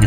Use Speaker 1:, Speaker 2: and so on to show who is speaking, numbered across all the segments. Speaker 1: 女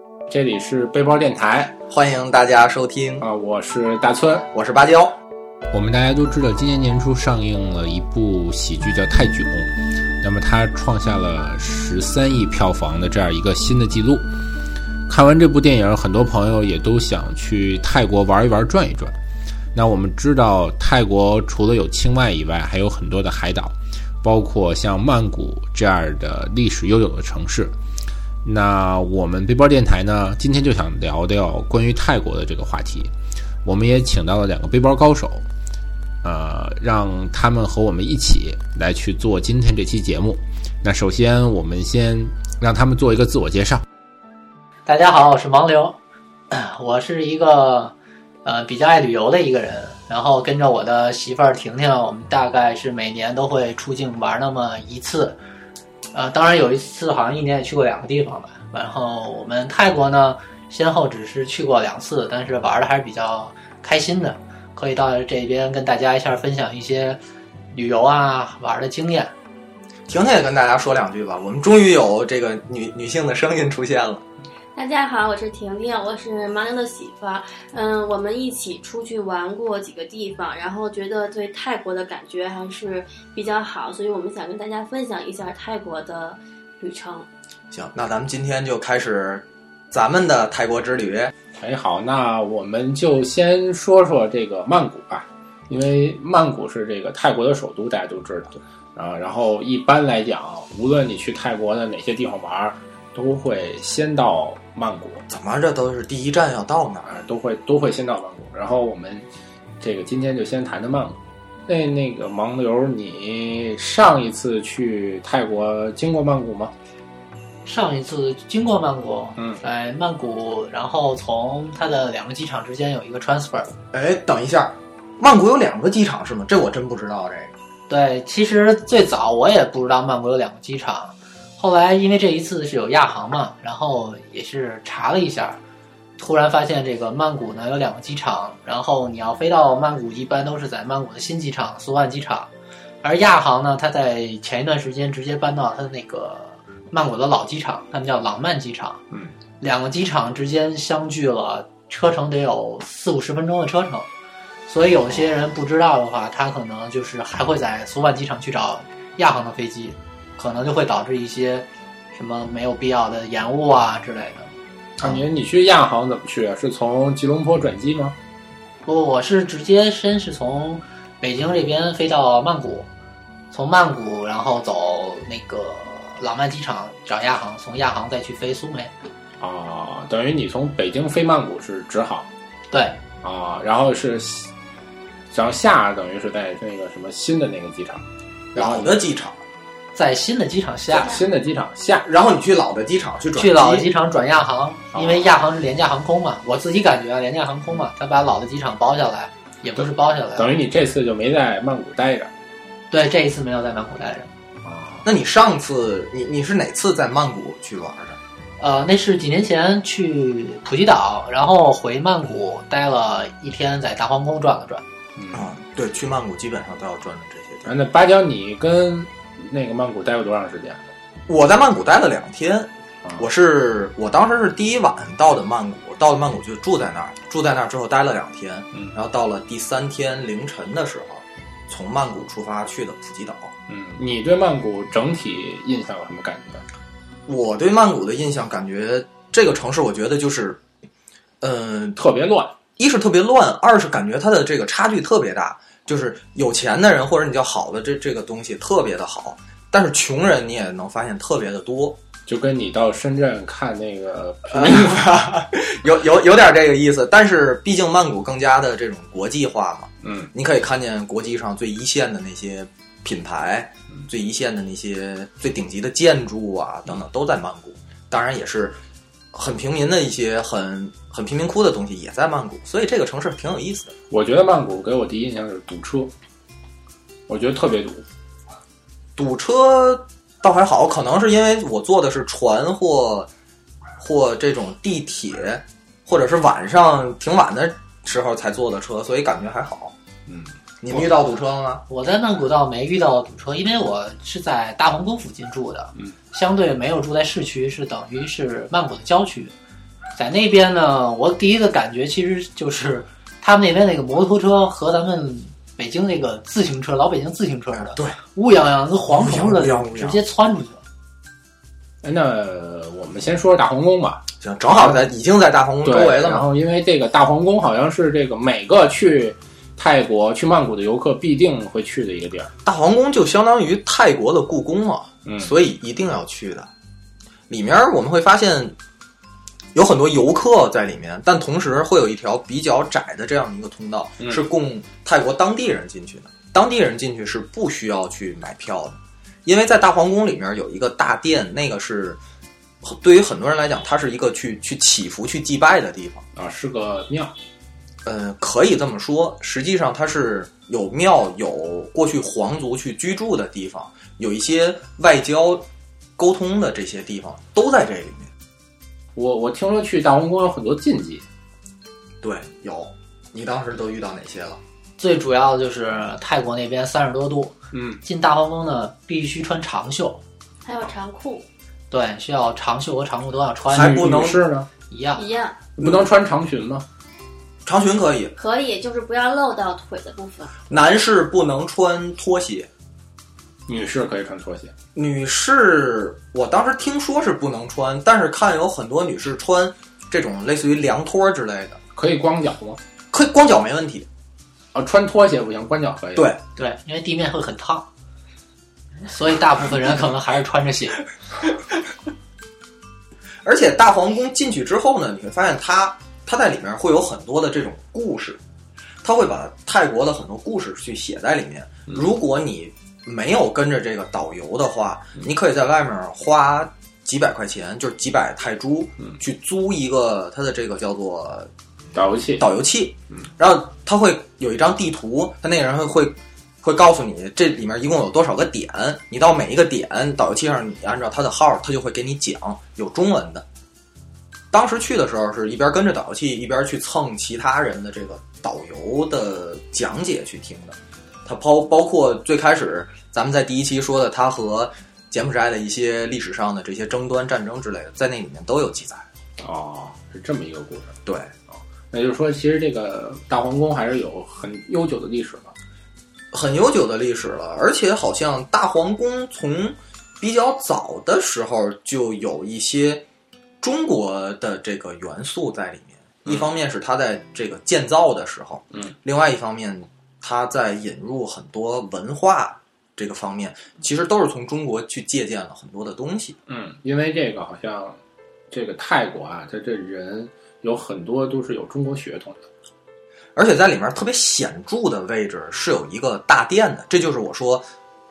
Speaker 1: 这里是背包电台
Speaker 2: 欢迎大家收听，
Speaker 1: 啊、我是大村。
Speaker 2: 我是芭蕉。
Speaker 1: 我们大家都知道，今年年初上映了一部喜剧叫《泰囧》，那么它创下了十三亿票房的这样一个新的记录。看完这部电影，很多朋友也都想去泰国玩一玩、转一转。那我们知道，泰国除了有清迈以外，还有很多的海岛，包括像曼谷这样的历史悠久的城市。那我们背包电台呢，今天就想聊聊关于泰国的这个话题。我们也请到了两个背包高手，呃，让他们和我们一起来去做今天这期节目。那首先，我们先让他们做一个自我介绍。
Speaker 3: 大家好，我是盲流， 我是一个呃比较爱旅游的一个人，然后跟着我的媳妇儿婷婷，我们大概是每年都会出境玩那么一次，呃，当然有一次好像一年也去过两个地方吧。然后我们泰国呢，先后只是去过两次，但是玩的还是比较开心的，可以到这边跟大家一下分享一些旅游啊玩的经验。
Speaker 2: 婷婷也跟大家说两句吧，我们终于有这个女女性的声音出现了。
Speaker 4: 大家好，我是婷婷，我是麻娘的媳妇儿。嗯，我们一起出去玩过几个地方，然后觉得对泰国的感觉还是比较好，所以我们想跟大家分享一下泰国的旅程。
Speaker 2: 行，那咱们今天就开始咱们的泰国之旅。
Speaker 1: 哎，好，那我们就先说说这个曼谷吧，因为曼谷是这个泰国的首都，大家都知道。啊，然后一般来讲，无论你去泰国的哪些地方玩儿，都会先到曼谷，
Speaker 2: 怎么这都是第一站要到哪
Speaker 1: 啊
Speaker 2: 儿？，
Speaker 1: 都会都会先到曼谷。然后我们这个今天就先谈谈曼谷。那那个盲流，你上一次去泰国经过曼谷吗？
Speaker 3: 上一次经过曼谷，
Speaker 1: 嗯
Speaker 3: 在呃曼谷，然后从它的两个机场之间有一个 transfer。
Speaker 2: 哎，等一下，曼谷有两个机场是吗？这我真不知道这个。
Speaker 3: 对，其实最早我也不知道曼谷有两个机场，后来因为这一次是有亚航嘛，然后也是查了一下，突然发现这个曼谷呢有两个机场，然后你要飞到曼谷，一般都是在曼谷的新机场苏万机场，而亚航呢，它在前一段时间直接搬到它的那个曼谷的老机场，他们叫朗曼机场，
Speaker 1: 嗯，
Speaker 3: 两个机场之间相距了车程得有四五十分钟的车程。所以有些人不知道的话，他可能就是还会在苏万机场去找亚航的飞机，可能就会导致一些什么没有必要的延误啊之类的。
Speaker 1: 啊，你你去亚航怎么去啊？是从吉隆坡转机吗？
Speaker 3: 不，我是直接先是从北京这边飞到曼谷，从曼谷然后走那个朗曼机场找亚航，从亚航再去飞苏梅。
Speaker 1: 啊，等于你从北京飞曼谷是直航
Speaker 3: 对，
Speaker 1: 啊，然后是西，然后下等于是在那个什么新的那个机场，然后
Speaker 2: 老的机场，
Speaker 3: 在新的机场下
Speaker 1: 新的机场下
Speaker 2: 然后你去老的机场去转
Speaker 3: 去老的
Speaker 2: 机。
Speaker 3: 机场转亚航，因为亚航是廉价航空嘛，我自己感觉啊，廉价航空嘛，他把老的机场包下来，也不是包下来，
Speaker 1: 等于你这次就没在曼谷待着
Speaker 3: 对，这一次没有在曼谷待着，
Speaker 1: 啊。
Speaker 2: 那你上次你你是哪次在曼谷去玩的？
Speaker 3: 呃，那是几年前去普吉岛，然后回曼谷待了一天，在大皇宫转了转，
Speaker 1: 嗯，
Speaker 2: 啊、对，去曼谷基本上都要转转这些地
Speaker 1: 啊
Speaker 2: 方。
Speaker 1: 那芭蕉，你跟那个曼谷待过多长时间？
Speaker 2: 我在曼谷待了两天，
Speaker 1: 啊
Speaker 2: 我是我当时是第一晚到的曼谷，到了曼谷就住在那儿，住在那儿之后待了两天，
Speaker 1: 嗯
Speaker 2: 然后到了第三天凌晨的时候，从曼谷出发去的普吉岛。
Speaker 1: 嗯，你对曼谷整体印象有什么感觉？
Speaker 2: 我对曼谷的印象，感觉这个城市，我觉得就是，嗯、
Speaker 1: 特别乱，
Speaker 2: 一是特别乱，二是感觉它的这个差距特别大，就是有钱的人或者你叫好的这这个东西特别的好，但是穷人你也能发现特别的多，
Speaker 1: 就跟你到深圳看那个
Speaker 2: 啊
Speaker 1: 贫
Speaker 2: 有有有点这个意思。但是毕竟曼谷更加的这种国际化嘛，
Speaker 1: 嗯
Speaker 2: 你可以看见国际上最一线的那些品牌
Speaker 1: 嗯，
Speaker 2: 最一线的那些最顶级的建筑啊等等都在曼谷。当然也是很平民的一些很很贫民窟的东西也在曼谷，所以这个城市挺有意思的。
Speaker 5: 我觉得曼谷给我第一印象就是堵车，我觉得特别堵。
Speaker 2: 堵车倒还好，可能是因为我坐的是船或或这种地铁，或者是晚上挺晚的时候才坐的车，所以感觉还好。
Speaker 5: 嗯，
Speaker 2: 你们遇到堵车了吗？
Speaker 3: 我在曼谷倒没遇到堵车，因为我是在大皇宫附近住的，
Speaker 5: 嗯，
Speaker 3: 相对没有住在市区，是等于是曼谷的郊区。在那边呢，我第一个感觉其实就是他们那边那个摩托车和咱们北京那个自行车，老北京自行车似的，
Speaker 2: 对，
Speaker 3: 乌泱泱跟蝗虫似
Speaker 2: 乌泱乌泱
Speaker 3: 的，
Speaker 2: 乌泱
Speaker 3: 直接窜出去了。
Speaker 5: 哎，那我们先说说大皇宫吧。
Speaker 2: 行，正好在已经在大皇宫周围
Speaker 5: 对，
Speaker 2: 了
Speaker 5: 然
Speaker 2: 嘛。
Speaker 5: 后因为这个大皇宫好像是这个每个去泰国、去曼谷的游客必定会去的一个地儿。
Speaker 2: 大皇宫就相当于泰国的故宫嘛，
Speaker 5: 嗯，
Speaker 2: 所以一定要去的。里面我们会发现有很多游客在里面，但同时会有一条比较窄的这样一个通道，
Speaker 5: 嗯
Speaker 2: 是供泰国当地人进去的。当地人进去是不需要去买票的，因为在大皇宫里面有一个大殿，那个是对于很多人来讲，它是一个去去祈福、去祭拜的地方。
Speaker 5: 啊是个庙，
Speaker 2: 呃，可以这么说，实际上它是有庙，有过去皇族去居住的地方，有一些外交沟通的这些地方都在这里面。
Speaker 5: 我我听说去大皇宫有很多禁忌，
Speaker 2: 对，有。你当时都遇到哪些了？
Speaker 3: 最主要的就是泰国那边三十多度，
Speaker 5: 嗯，
Speaker 3: 进大皇宫呢必须穿长袖，
Speaker 4: 还有长裤
Speaker 3: 对，需要长袖和长裤都要
Speaker 2: 还
Speaker 3: 穿
Speaker 2: 不能嗯
Speaker 5: 是呢，
Speaker 3: 一样。
Speaker 4: 一样，
Speaker 5: 不能穿长裙吗？
Speaker 2: 长裙可以，
Speaker 4: 可以就是不要露到腿的部分。
Speaker 2: 男士不能穿拖鞋，
Speaker 5: 女士可以穿拖鞋。
Speaker 2: 女士我当时听说是不能穿，但是看有很多女士穿这种类似于凉拖之类的，
Speaker 5: 可以光脚吗？
Speaker 2: 可以光脚没问题。
Speaker 5: 啊，穿拖鞋不行，光脚可以。
Speaker 2: 对，
Speaker 3: 对，因为地面会很烫，所以大部分人可能还是穿着鞋。
Speaker 2: 而且大皇宫进去之后呢，你会发现它它在里面会有很多的这种故事，它会把泰国的很多故事去写在里面。
Speaker 5: 嗯
Speaker 2: 如果你没有跟着这个导游的话，
Speaker 5: 嗯
Speaker 2: 你可以在外面花几百块钱，就是几百泰铢
Speaker 5: 嗯，
Speaker 2: 去租一个它的这个叫做
Speaker 5: 打游戏。
Speaker 2: 导游器
Speaker 5: 嗯，
Speaker 2: 然后他会有一张地图，他那个人会会会告诉你这里面一共有多少个点，你到每一个点导游器上，你按照他的号，他就会给你讲有中文的。当时去的时候是一边跟着导游器，一边去蹭其他人的这个导游的讲解去听的。他包包括最开始咱们在第一期说的，他和柬埔寨的一些历史上的这些争端、战争之类的，在那里面都有记载。
Speaker 5: 哦，是这么一个故事。
Speaker 2: 对，
Speaker 5: 那就是说，其实这个大皇宫还是有很悠久的历史的。
Speaker 2: 很悠久的历史了，而且好像大皇宫从比较早的时候就有一些中国的这个元素在里面。
Speaker 5: 嗯
Speaker 2: 一方面是它在这个建造的时候，
Speaker 5: 嗯，
Speaker 2: 另外一方面它在引入很多文化这个方面，其实都是从中国去借鉴了很多的东西。
Speaker 5: 嗯，因为这个好像这个泰国啊，它这人有很多都是有中国血统的。
Speaker 2: 而且在里面特别显著的位置是有一个大殿的，这就是我说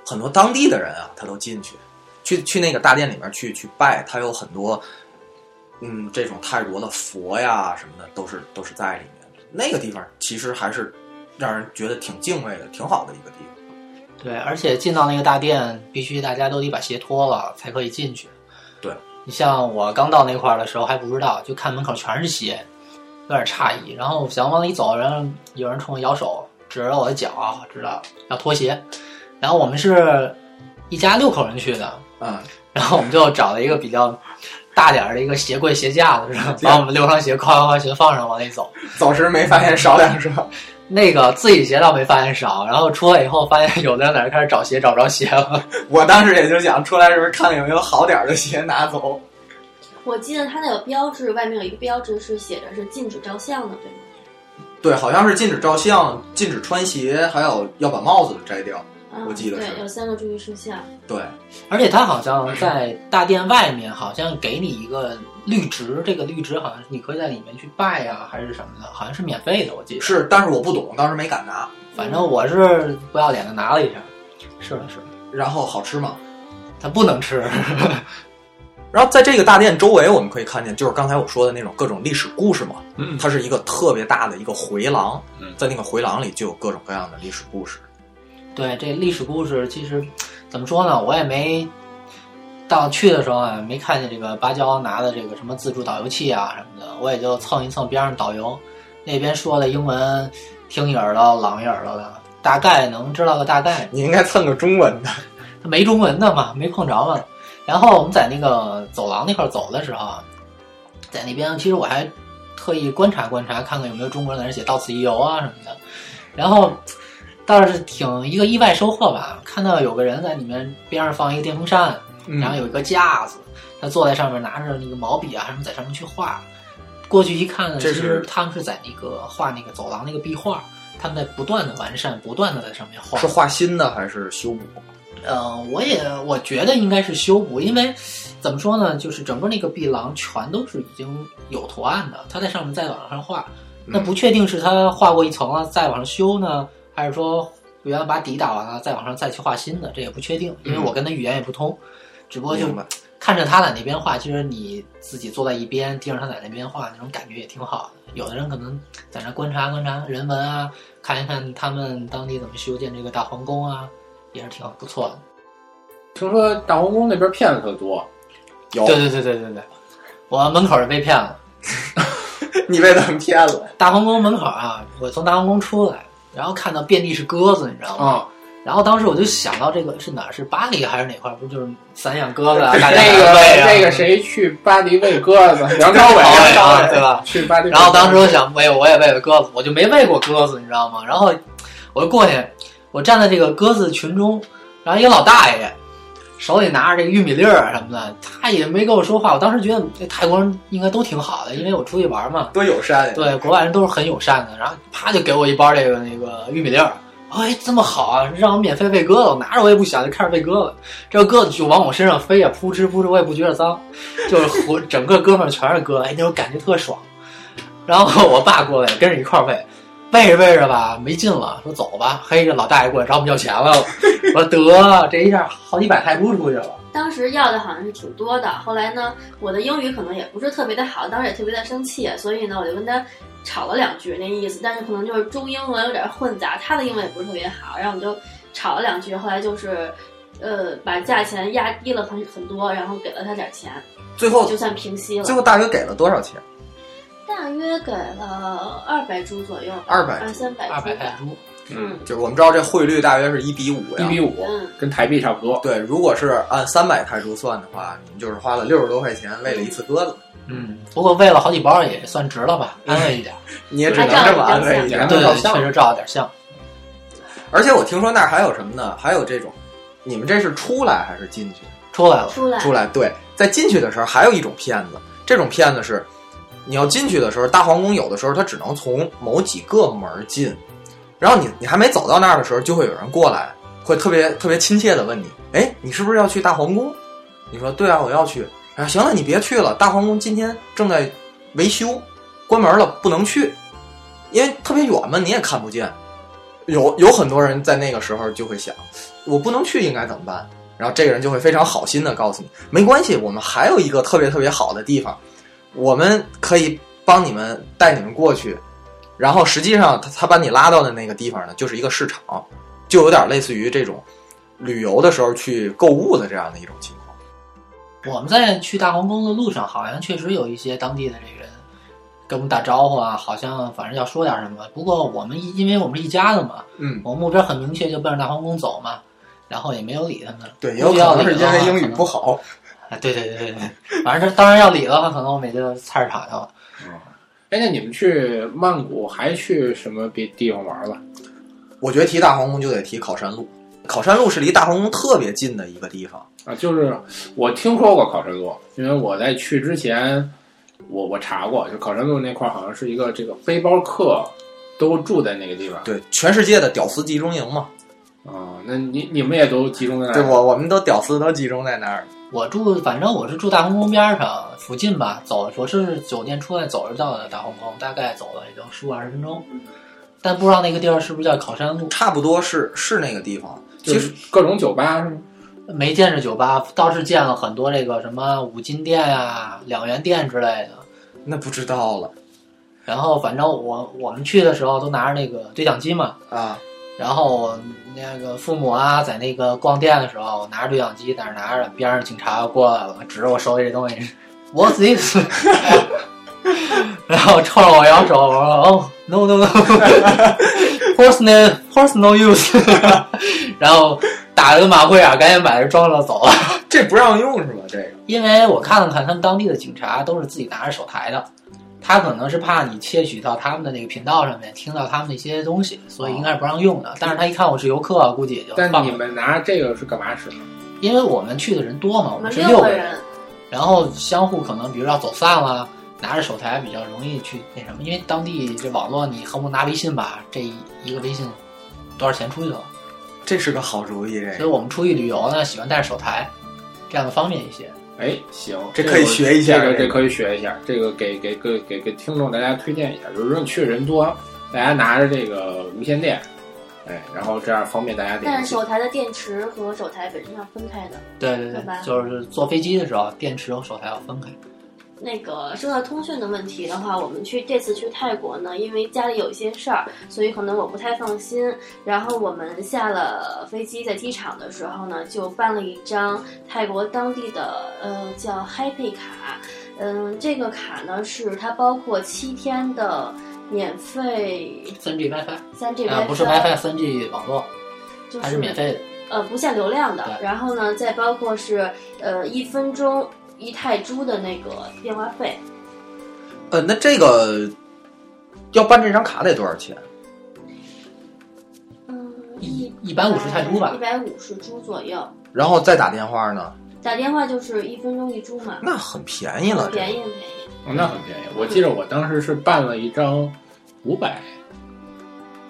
Speaker 2: 很多当地的人啊，他都进去，去去那个大殿里面去去拜，他有很多，嗯，这种泰国的佛呀什么的都是都是在里面的。那个地方其实还是让人觉得挺敬畏的，挺好的一个地方。
Speaker 3: 对，而且进到那个大殿，必须大家都得把鞋脱了才可以进去。
Speaker 2: 对，
Speaker 3: 你像我刚到那块儿的时候还不知道，就看门口全是鞋，有点诧异。然后想往里走，然后有人冲我摇手，指着我的脚，知道要脱鞋。然后我们是一家六口人去的，
Speaker 2: 嗯，
Speaker 3: 然后我们就找了一个比较大点儿的一个鞋柜、鞋架子，然后
Speaker 2: 这样
Speaker 3: 把我们六双鞋夸夸夸全放上往里走。
Speaker 2: 走时没发现少两双，
Speaker 3: 那个自己鞋倒没发现少，然后出来以后发现有的人在那开始找鞋，找不着鞋了。
Speaker 2: 我当时也就想出来时候看有没有好点的鞋拿走。
Speaker 4: 我记得它那有标志，外面有一个标志是写着是禁止照相的，对吗？
Speaker 2: 对，好像是禁止照相、禁止穿鞋，还有要把帽子摘掉。
Speaker 4: 啊
Speaker 2: 我记得是
Speaker 4: 对，有三个注意事项。
Speaker 2: 对，
Speaker 3: 而且他好像在大殿外面，好像给你一个绿植，这个绿植好像是你可以在里面去拜呀、还是什么的，好像是免费的，我记得。，
Speaker 2: 是，但是我不懂，当时没敢拿。
Speaker 3: 反正我是不要脸的拿了一下。是的，是的，
Speaker 2: 然后好吃吗？
Speaker 3: 他不能吃。
Speaker 2: 然后在这个大殿周围，我们可以看见，就是刚才我说的那种各种历史故事嘛。
Speaker 5: 嗯
Speaker 2: 它是一个特别大的一个回廊
Speaker 5: 嗯，
Speaker 2: 在那个回廊里就有各种各样的历史故事。
Speaker 3: 对这历史故事，其实怎么说呢？我也没到去的时候啊，没看见这个芭蕉拿的这个什么自助导游器啊什么的，我也就蹭一蹭边上导游那边说的英文，听一耳朵朗一耳朵的，大概能知道个大概。
Speaker 2: 你应该蹭个中文的，
Speaker 3: 他没中文的嘛，没碰着嘛。然后我们在那个走廊那块儿走的时候啊，在那边其实我还特意观察观察，看看有没有中国人在那儿写“到此一游”啊什么的。然后倒是挺一个意外收获吧，看到有个人在里面边上放一个电风扇，
Speaker 2: 嗯
Speaker 3: 然后有一个架子，他坐在上面拿着那个毛笔啊什么在上面去画。过去一看呢，
Speaker 2: 这
Speaker 3: 其
Speaker 2: 是
Speaker 3: 实他们是在那个画那个走廊那个壁画，他们在不断的完善，不断的在上面画。
Speaker 2: 是画新的还是修补？
Speaker 3: 呃，我也我觉得应该是修补，因为怎么说呢，就是整个那个壁廊全都是已经有图案的，他在上面再往上画，那
Speaker 2: 嗯
Speaker 3: 不确定是他画过一层了再往上修呢，还是说原来把底打完了再往上再去画新的，这也不确定，因为
Speaker 2: 嗯
Speaker 3: 我跟他语言也不通，只不过就
Speaker 2: 明白
Speaker 3: 看着他在那边画，其实你自己坐在一边盯着他在那边画，那种感觉也挺好的。有的人可能在那观察观察人文啊，看一看他们当地怎么修建这个大皇宫啊，也是挺不错的。
Speaker 5: 听说大皇宫那边骗子特多，
Speaker 2: 有
Speaker 3: 对对对对对对，我门口儿被骗了。
Speaker 2: 你被他们骗了，
Speaker 3: 大皇宫门口儿啊，我从大皇宫出来，然后看到遍地是鸽子，你知道吗？
Speaker 5: 啊，
Speaker 3: 然后当时我就想到这个是哪儿？是巴黎还是哪块儿？不就是散养鸽 子啊？大家
Speaker 5: 那
Speaker 3: 喂
Speaker 5: 个
Speaker 3: 啊
Speaker 5: 那个谁去巴黎喂鸽子，梁朝伟，啊
Speaker 3: 梁朝伟啊对吧？
Speaker 5: 去巴黎喂鸽子，
Speaker 3: 然后当时我想喂，我也喂了鸽子，我就没喂过鸽子，你知道吗？然后我就过去，我站在这个鸽子群中，然后一个老大爷手里拿着这个玉米粒儿啊什么的，他也没跟我说话。我当时觉得这泰国人应该都挺好的，因为我出去玩嘛，
Speaker 2: 多友善呀！
Speaker 3: 对，国外人都是很友善的。然后啪就给我一包这个那个玉米粒儿。哎，这么好啊！让我免费喂鸽子，我拿着我也不想，就开始喂鸽子。这个鸽子就往我身上飞啊，扑哧扑哧，我也不觉得脏，就是我整个胳膊上全是鸽子，哎，那种感觉特爽。然后我爸过来跟着一块儿喂，喂着喂着吧，没劲了，说走吧。嘿，这老大爷过来找我们要钱来了，我说得，这一下好几百泰铢出去了。
Speaker 4: 当时要的好像是挺多的，后来呢，我的英语可能也不是特别的好，当时也特别的生气，所以呢，我就跟他吵了两句那意思，但是可能就是中英文有点混杂，他的英文也不是特别好，然后我们就吵了两句，后来就是。呃，把价钱压低了很很多，然后给了他点钱，
Speaker 2: 最后
Speaker 4: 就算平息了
Speaker 2: 最。后大约给了多少钱？
Speaker 4: 大约给了二百株左右吧，
Speaker 2: 200
Speaker 4: 二三百
Speaker 3: 二
Speaker 4: 株
Speaker 3: 百泰
Speaker 4: 吧。
Speaker 3: 铢，
Speaker 4: 嗯
Speaker 2: 就是我们知道这汇率大约是一比五
Speaker 5: 一
Speaker 2: 呀。
Speaker 5: 比五，
Speaker 4: 嗯，
Speaker 5: 跟台币差不多，
Speaker 2: 对，如果是按三百泰铢算的话，你们就是花了六十多块钱喂了一次鸽子，
Speaker 3: 嗯，不过喂了好几包也算值了吧，安慰一点。
Speaker 2: 你也只能这么安慰一
Speaker 5: 还
Speaker 2: 下
Speaker 5: 照。
Speaker 3: 对
Speaker 5: 照
Speaker 3: 对，
Speaker 5: 相
Speaker 3: 确实照了点相。
Speaker 2: 而且我听说那儿还有什么呢？还有这种，你们这是出来还是进去？
Speaker 3: 出来了，
Speaker 4: 出来
Speaker 2: 出来，对，在进去的时候还有一种骗子，这种骗子是，你要进去的时候，大皇宫有的时候它只能从某几个门儿进，然后你你还没走到那儿的时候，就会有人过来，会特别特别亲切的问你，哎，你是不是要去大皇宫？你说对啊，我要去。啊，行了，你别去了，大皇宫今天正在维修，关门了，不能去，因为特别远嘛，你也看不见。有有很多人在那个时候就会想，我不能去应该怎么办？然后这个人就会非常好心的告诉你，没关系，我们还有一个特别特别好的地方，我们可以帮你们带你们过去。然后实际上他他把你拉到的那个地方呢，就是一个市场，就有点类似于这种旅游的时候去购物的这样的一种情况。
Speaker 3: 我们在去大皇宫的路上，好像确实有一些当地的这个人跟我们打招呼啊，好像反正要说点什么。不过我们一因为我们是一家子嘛，
Speaker 2: 嗯，
Speaker 3: 我们目标很明确，就奔着大皇宫走嘛，然后也没有理他们。
Speaker 2: 对，也有可能是因为英语不好，
Speaker 3: 啊，对对对对对，反正这当然要理了，可能我们也就菜市场去了。
Speaker 5: 哎，那你们去曼谷还去什么别地方玩了？
Speaker 2: 我觉得提大皇宫就得提考山路，考山路是离大皇宫特别近的一个地方。
Speaker 5: 啊，就是我听说过考山路，因为我在去之前，我我查过，就考山路那块儿好像是一个这个背包客都住在那个地方
Speaker 2: 对，全世界的屌丝集中营嘛，
Speaker 5: 啊。那你你们也都集中在那
Speaker 2: 对
Speaker 5: 儿？
Speaker 2: 我我们都屌丝都集中在那儿。
Speaker 3: 我住，反正我是住大皇宫边上附近吧，走我是酒店出来走着到的大皇宫，大概走了也就十五二十分钟，但不知道那个地儿是不是叫考山路。
Speaker 2: 差不多是是那个地方。
Speaker 5: 就
Speaker 2: 其
Speaker 5: 是
Speaker 2: 实
Speaker 5: 各种酒吧是吗？
Speaker 3: 没见着酒吧，倒是见了很多这个什么五金店啊、两元店之类的。
Speaker 2: 那不知道了
Speaker 3: 然后反正我我们去的时候都拿着那个对讲机嘛，
Speaker 2: 啊。
Speaker 3: 然后我那个父母啊，在那个逛店的时候拿着对讲机在那拿着，边上警察过来了，指着我手里这东西，What's this？然后冲着我摇手，我说哦、no no no，personal personal use，然后打了个马虎眼，赶紧把这装了走了。
Speaker 2: 这不让用是吧？这个
Speaker 3: 因为我看了看他们当地的警察都是自己拿着手台的，他可能是怕你窃取到他们的那个频道上面，听到他们那些东西，所以应该是不让用
Speaker 4: 嗯
Speaker 3: 的。但是他一看我是游客，啊估计也就
Speaker 1: 但
Speaker 3: 放
Speaker 1: 你
Speaker 3: 了。
Speaker 1: 们拿着这个是干嘛使的？
Speaker 3: 因为我们去的人多嘛，
Speaker 4: 我
Speaker 3: 我
Speaker 4: 们
Speaker 3: 是六
Speaker 4: 个
Speaker 3: 人，
Speaker 4: 人，
Speaker 3: 然后相互可能比如要走散了，拿着手台比较容易去那什么，因为当地这网络你恨不得拿微信吧，这一个微信多少钱出去了？
Speaker 2: 这是个好主意，这
Speaker 3: 所
Speaker 2: 个
Speaker 3: 以我们出去旅游呢，喜欢带着手台，这样方便一些。
Speaker 1: 哎，行，
Speaker 2: 这
Speaker 1: 这
Speaker 2: 可以学一下
Speaker 1: 这个
Speaker 2: 这个
Speaker 1: 这可以学一下，这个给给给给给听众大家推荐一下，就是如果你去的人多，大家拿着这个无线电，哎，然后这样方便大家
Speaker 4: 但
Speaker 1: 联
Speaker 4: 是
Speaker 1: 系。
Speaker 4: 手台的电池和手台本身要分开的。
Speaker 3: 对对对
Speaker 4: 好吧，
Speaker 3: 就是坐飞机的时候，电池和手台要分开。
Speaker 4: 那个说到通讯的问题的话，我们去这次去泰国呢，因为家里有一些事儿，所以可能我不太放心。然后我们下了飞机，在机场的时候呢，就办了一张泰国当地的呃叫 Happy 卡，嗯，这个卡呢是它包括七天的免费
Speaker 3: 3 G WiFi
Speaker 4: 三 G
Speaker 3: 啊，
Speaker 4: WiFi，
Speaker 3: 不是 WiFi，3 G 网络
Speaker 4: 就
Speaker 3: 还是免费的。
Speaker 4: 呃不限流量的，
Speaker 3: 对
Speaker 4: 然后呢，再包括是呃一分钟一泰铢的那个电话费。
Speaker 2: 呃，那这个要办这张卡得多少钱？
Speaker 4: 嗯，
Speaker 3: 一一百五十泰铢吧
Speaker 4: 呃一，百五十铢左右。
Speaker 2: 然后再打电话呢？
Speaker 4: 打电话就是一分钟一铢嘛，
Speaker 2: 那很便宜了，这
Speaker 3: 嗯
Speaker 2: 个
Speaker 4: 便宜很便宜。
Speaker 1: 哦，那很便宜。我记得我当时是办了一张五百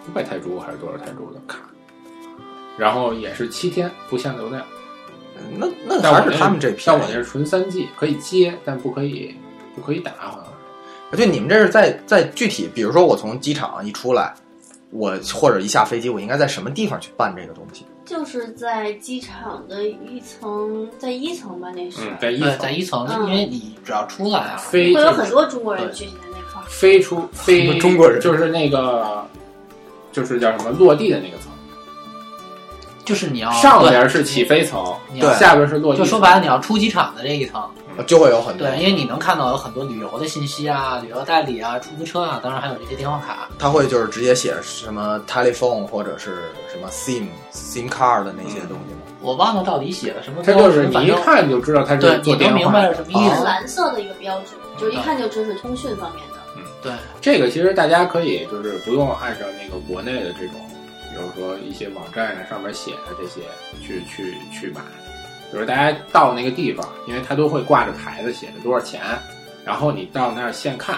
Speaker 1: 五百泰铢还是多少泰铢的卡，然后也是七天不限流量，
Speaker 2: 那那
Speaker 1: 但我
Speaker 2: 还是
Speaker 1: 那
Speaker 2: 他们这便
Speaker 1: 但我
Speaker 2: 宜
Speaker 1: 那。是纯三 G，可以接，但不可以不可以打，好像是。
Speaker 2: 对，你们这是在在具体，比如说我从机场一出来，我或者一下飞机，我应该在什么地方去办这个东西？
Speaker 4: 就是在机场的一层，在一层吧，那是、
Speaker 1: 嗯，在一
Speaker 3: 对，
Speaker 1: 层
Speaker 3: 在一层，
Speaker 4: 嗯
Speaker 3: 因为你只要出来啊，
Speaker 1: 飞
Speaker 4: 会有
Speaker 1: 就是
Speaker 4: 很多中国人
Speaker 3: 对
Speaker 4: 聚集在那块儿。
Speaker 1: 飞出飞
Speaker 2: 中国人
Speaker 1: 就是那个就是叫什么落地的那个层，
Speaker 3: 就是你要
Speaker 1: 上边是起，飞层，
Speaker 3: 哦对你要
Speaker 1: 下边是落地
Speaker 3: 就
Speaker 1: 层。
Speaker 3: 说白了，你要出机场的这一层，
Speaker 2: 就会有很多
Speaker 3: 对，，因为你能看到有很多旅游的信息啊，旅游代理啊，出租车啊，当然还有这些电话卡，
Speaker 2: 他会就是直接写什么 telephone 或者是什么 sim sim card 的那些东西吗？
Speaker 3: 我忘了到底写了什么
Speaker 1: 它
Speaker 3: 标
Speaker 1: 就是
Speaker 3: 识，
Speaker 1: 你
Speaker 3: 反
Speaker 1: 一
Speaker 3: 正
Speaker 1: 看就知道它
Speaker 3: 对
Speaker 1: 是
Speaker 3: 你
Speaker 1: 做
Speaker 3: 能
Speaker 1: 电
Speaker 3: 明
Speaker 1: 话
Speaker 3: 白。是什么意
Speaker 4: 是
Speaker 3: 思。
Speaker 4: 蓝色的一个标志，就是
Speaker 1: 嗯
Speaker 4: 一看就知道是通讯方面的。
Speaker 3: 对，
Speaker 1: 这个其实大家可以就是不用按照那个国内的这种，比如说一些网站上面写的这些去去去买，就是大家到那个地方，因为它都会挂着牌子写着多少钱，然后你到那儿现看，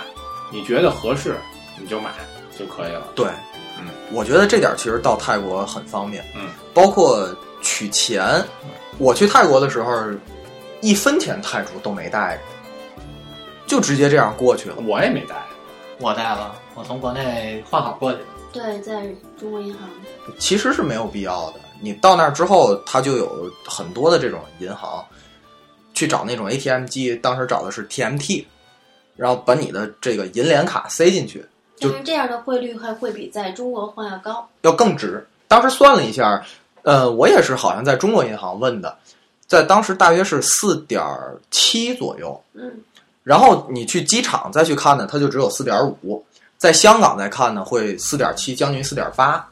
Speaker 1: 你觉得合适你就买就可以了。
Speaker 2: 对，
Speaker 1: 嗯，
Speaker 2: 我觉得这点儿其实到泰国很方便，
Speaker 1: 嗯，
Speaker 2: 包括取钱，我去泰国的时候一分钱泰铢都没带着，就直接这样过去了。
Speaker 1: 我也没带，
Speaker 3: 我带了，我从国内换好过去的，
Speaker 4: 对，在中国银行。
Speaker 2: 其实是没有必要的。你到那儿之后，它就有很多的这种银行去找那种 ATM 机，当时找的是 TMT，然后把你的这个银联卡塞进去，就
Speaker 4: 但是这样的汇率还会比在中国换要高。
Speaker 2: 要更值。当时算了一下，呃，我也是好像在中国银行问的，在当时大约是四点七左右。
Speaker 4: 嗯，
Speaker 2: 然后你去机场再去看呢，它就只有四点五；在香港再看呢，会四点七，将近四点八。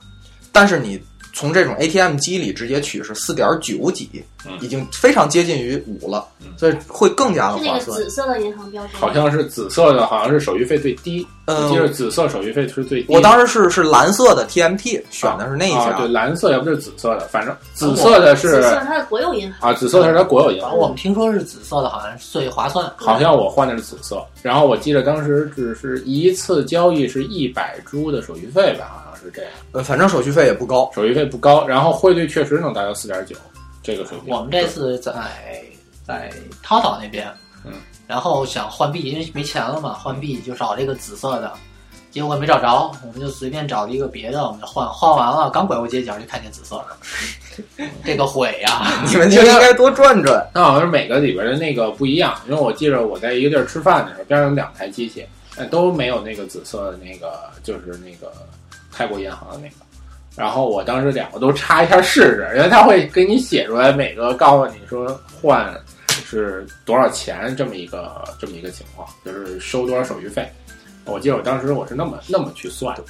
Speaker 2: 但是你从这种 ATM 机里直接取是四点九几
Speaker 1: 嗯，
Speaker 2: 已经非常接近于五了
Speaker 1: 嗯，
Speaker 2: 所以会更
Speaker 3: 啊
Speaker 2: 加的
Speaker 4: 是那
Speaker 2: 划
Speaker 4: 个
Speaker 2: 算。
Speaker 4: 紫色的银行标志。
Speaker 1: 好像是紫色的，好像是手续费最低，我记得
Speaker 2: 嗯，
Speaker 1: 紫色手续费是最低的。
Speaker 2: 我当时是是蓝色的 TMT 选的是那一
Speaker 1: 啊，对，
Speaker 2: 家，
Speaker 1: 蓝色要不就是紫色的，反正紫色的
Speaker 4: 紫
Speaker 1: 是
Speaker 2: 哦
Speaker 4: 色，它是国有银行。
Speaker 1: 啊，紫色的是它国有银
Speaker 3: 反
Speaker 1: 行。
Speaker 3: 正我们听说是紫色的，好像是最划算。
Speaker 1: 好像我换的是紫色，然后我记得当时只是一次交易是一百铢的手续费吧，好像是这样，
Speaker 2: 呃，反正手续费也不高。
Speaker 1: 手续费不高，然后汇率确实能达到四点九这个水平。
Speaker 3: 我们这次在在涛涛那边，
Speaker 1: 嗯，
Speaker 3: 然后想换币，因为没钱了嘛，换币就找这个紫色的，结果没找着，我们就随便找了一个别的，我们就换换完了，刚拐过街角就看见紫色了，这个啊悔呀、
Speaker 1: 嗯
Speaker 2: 你们就应该多转转。
Speaker 1: 那好像是每个里边的那个不一样，因为我记着我在一个地儿吃饭的时候，边上有两台机器，但都没有那个紫色的那个，就是那个泰国银行的那个。然后我当时两个都插一下试试，因为它会给你写出来，每个告诉你说换是多少钱这么一个这么一个情况，就是收多少手续费。我记得我当时我是那么那么去算的，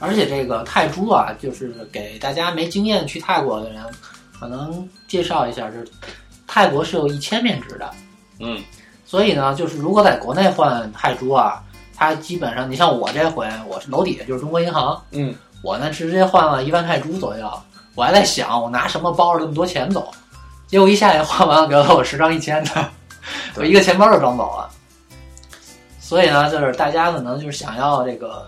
Speaker 3: 而且这个泰铢啊，就是给大家没经验去泰国的人，可能介绍一下，就是泰国是有一千面值的，
Speaker 1: 嗯，
Speaker 3: 所以呢，就是如果在国内换泰铢啊，它基本上，你像我这回，我是楼底下就是中国银行，
Speaker 1: 嗯，
Speaker 3: 我呢直接换了一万泰铢左右，我还在想我拿什么包着那么多钱走，结果一下去换完了给了我十张一千的，我一个钱包就装走了。所以呢，就是大家可能就是想要这个，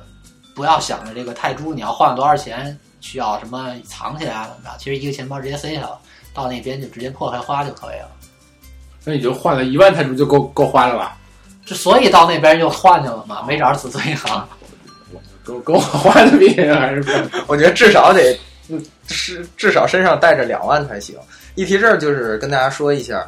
Speaker 3: 不要想着这个泰铢你要换了多少钱，需要什么藏起来啊怎么着，其实一个钱包直接塞下了，到那边就直接破开花就可以了。
Speaker 1: 那你就换了一万泰铢就够够花了吧？
Speaker 3: 这所以到那边就换去了
Speaker 1: 哦
Speaker 3: 嘛，没找着紫色 银行。
Speaker 1: 够够我花的比还是比较
Speaker 2: 我觉得至少得，嗯是至少身上带着两万才行。一提这儿，就是跟大家说一下，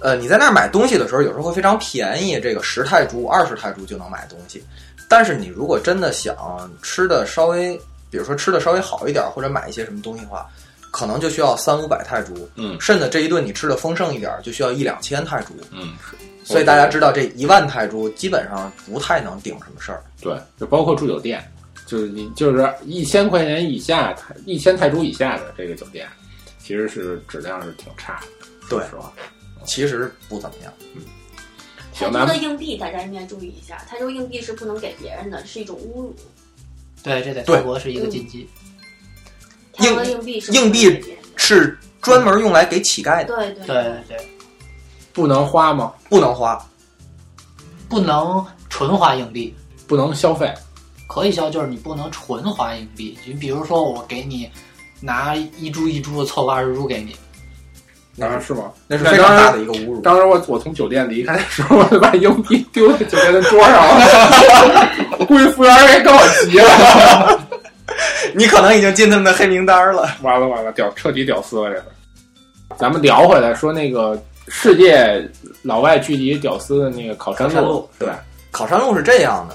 Speaker 2: 呃，你在那儿买东西的时候，有时候会非常便宜，这个十泰铢、二十泰铢就能买东西。但是你如果真的想吃的稍微，比如说吃的稍微好一点，或者买一些什么东西的话，可能就需要三五百泰铢，
Speaker 1: 嗯
Speaker 2: 甚至这一顿你吃的丰盛一点，就需要一两千泰铢。
Speaker 1: 嗯，
Speaker 2: 所以大家知道，这一万泰铢基本上不太能顶什么事儿。
Speaker 1: 对，就包括住酒店，就是你就是一千块钱以下，一千泰铢以下的这个酒店，其实是质量是挺差的。
Speaker 2: 对
Speaker 1: 是吧？
Speaker 2: 其实不怎么样，
Speaker 1: 行
Speaker 4: 泰
Speaker 1: 那
Speaker 4: 铢的硬币大家应该注意一下，泰铢硬币是不能给别人的，是一种侮辱。
Speaker 3: 对，这在
Speaker 2: 对
Speaker 3: 泰国是一个禁忌。
Speaker 4: 泰国的硬币是不
Speaker 2: 硬
Speaker 4: 能
Speaker 2: 币
Speaker 4: 给别人的
Speaker 2: 是专门用来给乞丐的，
Speaker 4: 对
Speaker 1: 嗯
Speaker 4: 对
Speaker 3: 对对对，
Speaker 1: 不能花吗？
Speaker 2: 不能花。
Speaker 3: 不能纯花硬币，
Speaker 1: 不能消费，
Speaker 3: 可以消，就是你不能纯花硬币。你比如说，我给你拿一铢一铢的凑个二十铢给你，
Speaker 2: 那是
Speaker 1: 是吗？
Speaker 2: 那是
Speaker 1: 那
Speaker 2: 非常
Speaker 1: 当然
Speaker 2: 大的一个侮辱。
Speaker 1: 当时我我从酒店离开的时候，我就把硬币丢在酒店的桌上了，我估计服务员该跟我急了。
Speaker 2: 你可能已经进他们的黑名单了。
Speaker 1: 完了完了，屌，彻底屌丝了这个。咱们聊回来说那个世界老外聚集屌丝的那个考山
Speaker 2: 考山路
Speaker 1: 对
Speaker 2: 对，考山路是这样的，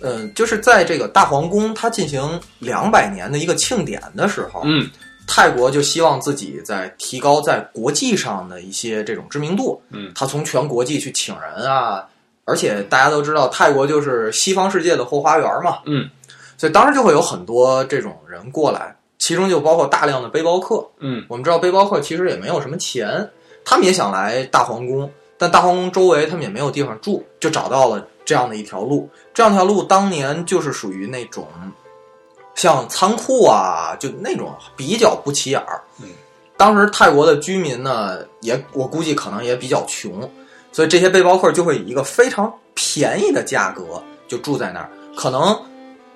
Speaker 2: 嗯、就是在这个大皇宫它进行两百年的一个庆典的时候，
Speaker 1: 嗯
Speaker 2: 泰国就希望自己在提高在国际上的一些这种知名度。
Speaker 1: 嗯，
Speaker 2: 他从全国际去请人啊，而且大家都知道泰国就是西方世界的后花园嘛。
Speaker 1: 嗯，
Speaker 2: 所以当时就会有很多这种人过来，其中就包括大量的背包客。
Speaker 1: 嗯
Speaker 2: 我们知道背包客其实也没有什么钱，他们也想来大皇宫，但大皇宫周围他们也没有地方住，就找到了这样的一条路。这样一条路当年就是属于那种像仓库啊，就那种比较不起眼儿。
Speaker 1: 嗯，
Speaker 2: 当时泰国的居民呢，也我估计可能也比较穷，所以这些背包客就会以一个非常便宜的价格就住在那儿，可能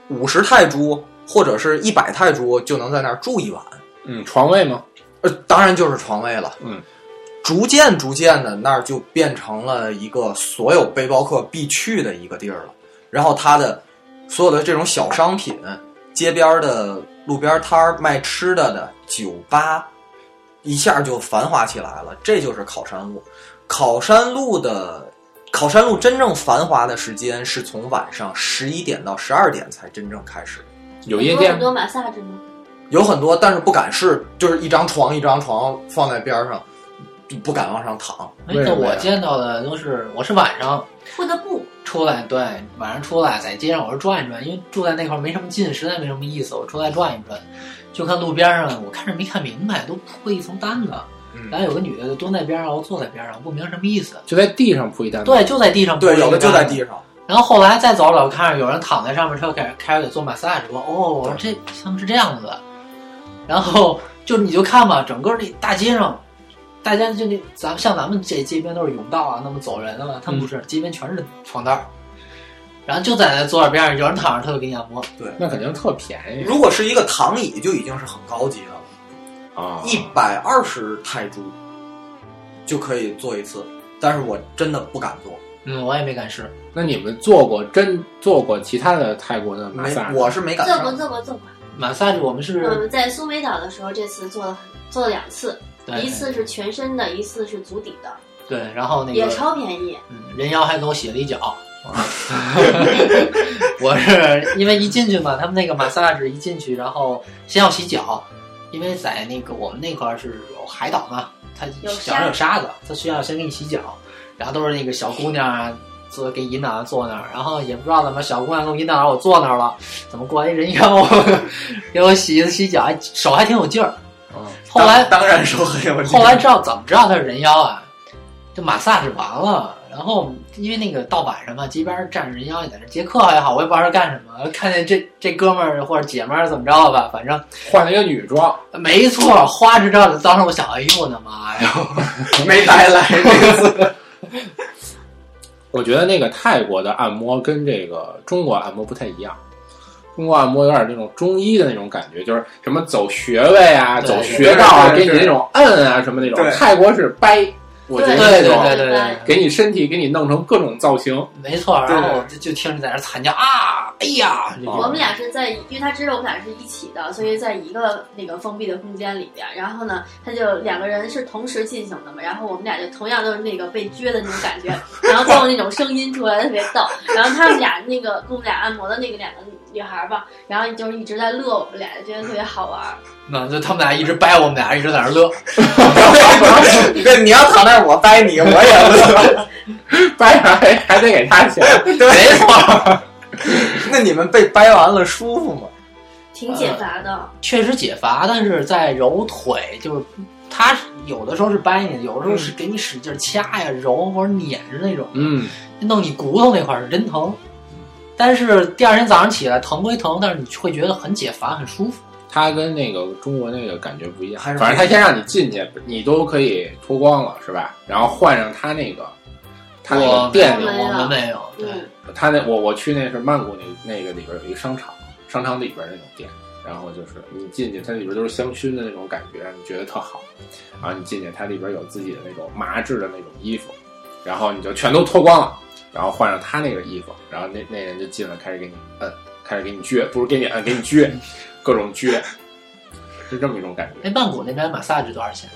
Speaker 2: 五十泰铢或者是一百泰铢就能在那儿住一晚。
Speaker 1: 嗯，床位吗？
Speaker 2: 呃，当然就是床位了。
Speaker 1: 嗯，
Speaker 2: 逐渐逐渐的，那儿就变成了一个所有背包客必去的一个地儿了。然后它的所有的这种小商品，街边儿的、路边摊儿卖吃的的、酒吧，一下就繁华起来了。这就是考山路。考山路的考山路真正繁华的时间是从晚上十一点到十二点才真正开始。
Speaker 1: 有
Speaker 4: 很
Speaker 1: 夜
Speaker 4: 多
Speaker 1: 店
Speaker 4: 很多马萨之吗？
Speaker 2: 有很多，但是不敢试，就是一张床一张床放在边上，就不敢往上躺。
Speaker 3: 而
Speaker 1: 为
Speaker 3: 且
Speaker 1: 什么呀
Speaker 3: 我见到的都是我是晚上
Speaker 4: 不得不，
Speaker 3: 出来，对，晚上出来在街上我是转一转，因为住在那块儿没什么劲，实在没什么意思，我出来转一转，就看路边上，我看着没看明白，都铺了一层单子，然
Speaker 2: 嗯，
Speaker 3: 后有个女的就蹲在边上，然后坐在边上，我不明白什么意思。
Speaker 1: 就在地上铺一单。，
Speaker 3: 对，就在地上铺了
Speaker 2: 对，
Speaker 3: 一个
Speaker 2: 有
Speaker 3: 单子，
Speaker 2: 的就在地上。
Speaker 3: 然后后来再走了，我看着有人躺在上面，他就开始开始给做 massage，说哦，我说这他们是这样子的。然后就你就看吧，整个那大街上，大家就那咱们像咱们这街边都是甬道啊，那么走人的嘛，他们不是，街边全是床单儿。然后就在那坐在边上，有人躺着，他就给你按摩。
Speaker 2: 对，
Speaker 1: 那肯定特便宜
Speaker 2: 如果是一个躺椅，就已经是很高级的了，
Speaker 1: 啊！
Speaker 2: 嗯一百二十泰铢就可以做一次，但是我真的不敢做。
Speaker 3: 嗯，我也没敢试。
Speaker 1: 那你们做过真做过其他的泰国的马
Speaker 2: 没
Speaker 1: 萨？
Speaker 2: 我是没赶
Speaker 4: 做过
Speaker 2: 上。
Speaker 4: 做过做过。
Speaker 3: 马萨我们
Speaker 4: 我
Speaker 3: 是
Speaker 4: 们在苏梅岛的时候，这次做了做了两次，
Speaker 3: 对
Speaker 4: 一次是全身的，一次是足底的，
Speaker 3: 对，然后那
Speaker 4: 也
Speaker 3: 个
Speaker 4: 超便宜。
Speaker 3: 嗯人妖还给我洗了一脚。我是因为一进去嘛，他们那个马萨是一进去，然后先要洗脚，因为在那个我们那块儿是有海岛嘛，它
Speaker 4: 有
Speaker 3: 脚
Speaker 4: 沙
Speaker 3: 上有
Speaker 4: 子
Speaker 3: 沙子，它需要先给你洗脚，然后都是那个小姑娘啊，坐给引导坐那儿，然后也不知道怎么小姑娘给我引导，我坐那儿了，怎么过来一人妖 给我洗洗脚，还手还挺有劲儿。
Speaker 1: 嗯
Speaker 3: 后来
Speaker 2: 当当然说哎很有劲
Speaker 3: 后来知道怎么知道他是人妖啊？这马萨是完了，然后因为那个到晚上嘛，街边站着人妖也在那接客也好，我也不知道是干什么，看见这这哥们儿或者姐们儿怎么着吧，反正
Speaker 1: 换了一个女装，
Speaker 3: 没错，花枝招展。当时我想，哎呦我的妈呀！
Speaker 2: 没白来 这次。
Speaker 1: 我觉得那个泰国的按摩跟这个中国按摩不太一样，中国按摩有点那种中医的那种感觉，就是什么走穴位啊、
Speaker 3: 对
Speaker 1: 走穴道啊，给
Speaker 2: 对对
Speaker 1: 你那种摁啊什么那种
Speaker 2: 对。
Speaker 1: 泰国是掰，我觉得
Speaker 4: 对
Speaker 1: 那
Speaker 3: 对对
Speaker 1: 种
Speaker 3: 对对对，
Speaker 1: 给你身体给你弄成各种造型，
Speaker 3: 没错。
Speaker 2: 对
Speaker 3: 然后我就就听着在那惨叫啊，哎呀！这种
Speaker 4: 我们俩是在，因为他知道我们俩是一起的，所以在一个那个封闭的空间里边。然后呢，他就两个人是同时进行的嘛，然后我们俩就同样都是那个被撅的那种感觉， 然后最后那种声音出来特别逗。然后他们俩那个跟我们俩按摩的那个两个女孩吧，然后就是一直在乐我们俩，就觉得特别好玩儿。
Speaker 3: 那就他们俩一直掰，我们俩一直在那儿乐。
Speaker 2: 对，你要躺那儿，我掰你，我也乐。
Speaker 1: 掰完还还得给他钱。
Speaker 2: 对，
Speaker 3: 没错，
Speaker 2: 那你们被掰完了舒服吗？
Speaker 4: 挺
Speaker 1: 呃
Speaker 4: 解乏的，
Speaker 3: 确实解乏，但是在揉腿，就是他有的时候是掰你，有的时候是给你使劲掐呀、揉或者捻着那种，
Speaker 1: 嗯，
Speaker 3: 弄你骨头那块儿是真疼。但是第二天早上起来疼归疼，但是你会觉得很解乏，很舒服。
Speaker 1: 它跟那个中国那个感觉不一样，
Speaker 2: 还
Speaker 1: 反
Speaker 2: 是
Speaker 1: 正它先让你进去，你都可以脱光了，是吧？然后换上它那个，它那
Speaker 3: 我
Speaker 1: 个
Speaker 3: 们
Speaker 1: 店里
Speaker 4: 里
Speaker 2: 啊
Speaker 3: 我们没有，对，
Speaker 4: 嗯，
Speaker 1: 他那我我去那是曼谷那那个里边有一个商场，商场里边那种店，然后就是你进去，它里边都是香薰的那种感觉，你觉得特好。然后你进去，它里边有自己的那种麻质的那种衣服，然后你就全都脱光了，然后换上他那个衣服，然后那那人就进来开始给你摁，开始给你撅，不是给你摁，给你 撅，各种撅，是这么一种感觉，
Speaker 3: 那曼谷那边马萨值多少钱？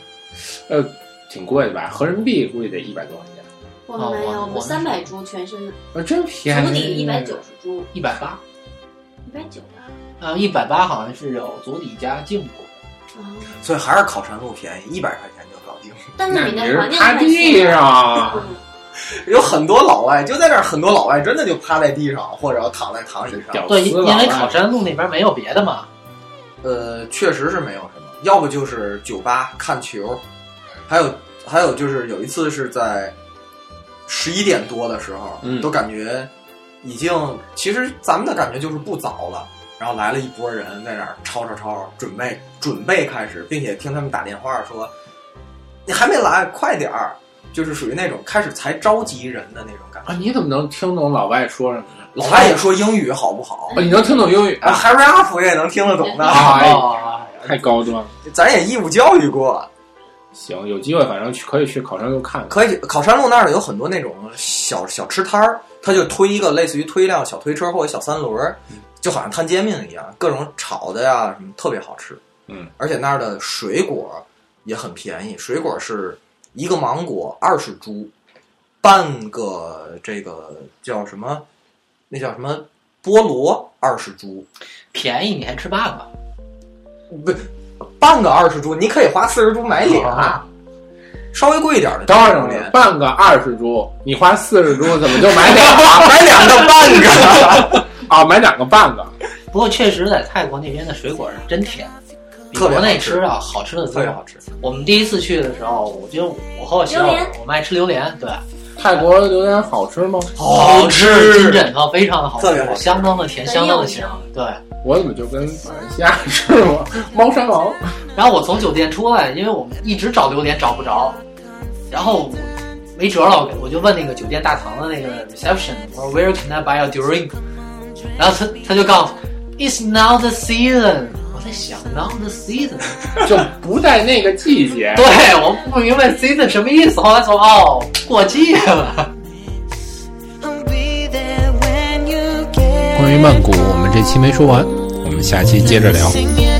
Speaker 1: 挺贵的吧？合人民币估计得一百多块钱，
Speaker 4: 我们没
Speaker 3: 哦我
Speaker 4: 有，我们三百株全身，
Speaker 1: 啊，真便宜，
Speaker 4: 足底一百九，十株，
Speaker 3: 一百八，
Speaker 4: 一百九吧。
Speaker 3: 啊，一百八好像是有足底加胫骨。
Speaker 4: 嗯，
Speaker 2: 所以还是烤船路便宜，一百块钱就搞定。
Speaker 4: 但
Speaker 1: 那
Speaker 4: 是你
Speaker 1: 你
Speaker 4: 那
Speaker 1: 是
Speaker 4: 环境
Speaker 1: 趴
Speaker 4: 太
Speaker 1: 地
Speaker 4: 细了。
Speaker 1: 上。啊
Speaker 4: 嗯
Speaker 2: 有很多老外就在那儿，很多老外真的就趴在地上或者躺在躺椅上。
Speaker 1: 屌
Speaker 3: 对，
Speaker 1: 丝啊
Speaker 3: 因
Speaker 1: 老
Speaker 3: 为
Speaker 1: 外
Speaker 3: 考山路那边没有别的嘛。
Speaker 2: 呃，确实是没有什么，要不就是酒吧看球，还有还有就是有一次是在十一点多的时候，
Speaker 1: 嗯
Speaker 2: 都感觉已经其实咱们的感觉就是不早了，然后来了一波人在那儿吵吵吵，准备准备开始，并且听他们打电话说你还没来，快点儿，就是属于那种开始才着急人的那种感觉。
Speaker 1: 啊，你怎么能听懂老外说什么呢？
Speaker 2: 老外也说英语好不好？
Speaker 1: 哦，你能听懂英语
Speaker 2: 啊
Speaker 1: 啊？
Speaker 2: ，Hurry up，我也能听得懂的，
Speaker 1: 哎
Speaker 3: 哦，
Speaker 1: 太高端了。
Speaker 2: 咱也义务教育过。
Speaker 1: 行，有机会反正去可以去考山路 看看。
Speaker 2: 可以，考山路那儿有很多那种小小吃摊儿，他就推一个类似于推一辆小推车或者小三轮儿，就好像摊煎饼一样，各种炒的呀什么特别好吃。
Speaker 1: 嗯，
Speaker 2: 而且那儿的水果也很便宜，水果是一个芒果二十铢，半个这个叫什么？那叫什么？菠萝二十铢，
Speaker 3: 便宜你还吃半个。
Speaker 2: 不，半个二十铢，你可以花四十铢买俩，
Speaker 3: 啊
Speaker 2: 稍微贵一点的
Speaker 1: 等会
Speaker 2: 这种
Speaker 1: 儿
Speaker 2: 脸，
Speaker 1: 半个二十铢，你花四十铢怎么就 买两个
Speaker 2: 买两个半个。
Speaker 1: 啊？买两个半个？
Speaker 3: 不过确实，在泰国那边的水果是真甜，比
Speaker 2: 特别
Speaker 3: 国
Speaker 2: 好
Speaker 3: 内
Speaker 2: 吃
Speaker 3: 吃的好吃的
Speaker 2: 特
Speaker 3: 多
Speaker 2: 别。好吃。
Speaker 3: 我们第一次去的时候，我就我和我媳妇
Speaker 4: 榴莲
Speaker 3: 儿，我们爱吃榴莲，对，
Speaker 1: 泰国榴莲好吃吗？
Speaker 2: 好吃
Speaker 3: 金枕头非常的好
Speaker 2: 特别好吃
Speaker 3: 相当的甜，
Speaker 4: 很
Speaker 3: 相当的
Speaker 4: 有
Speaker 3: 香，对。
Speaker 1: 我怎么就跟马来西亚吃吗？猫山王
Speaker 3: 然后我从酒店出来，因为我们一直找榴莲找不着，然后我没辙了，我就问那个酒店大堂的那个 reception，我说 Where can I buy a drink？然后他他就告诉我 It's now the season。我在想 now the season，
Speaker 1: 就不在那个季节。
Speaker 3: 对，我不明白 season 什么意思。后来说哦，过季了。
Speaker 5: 关于曼谷，我们这期没说完，我们下期接着聊。
Speaker 1: singing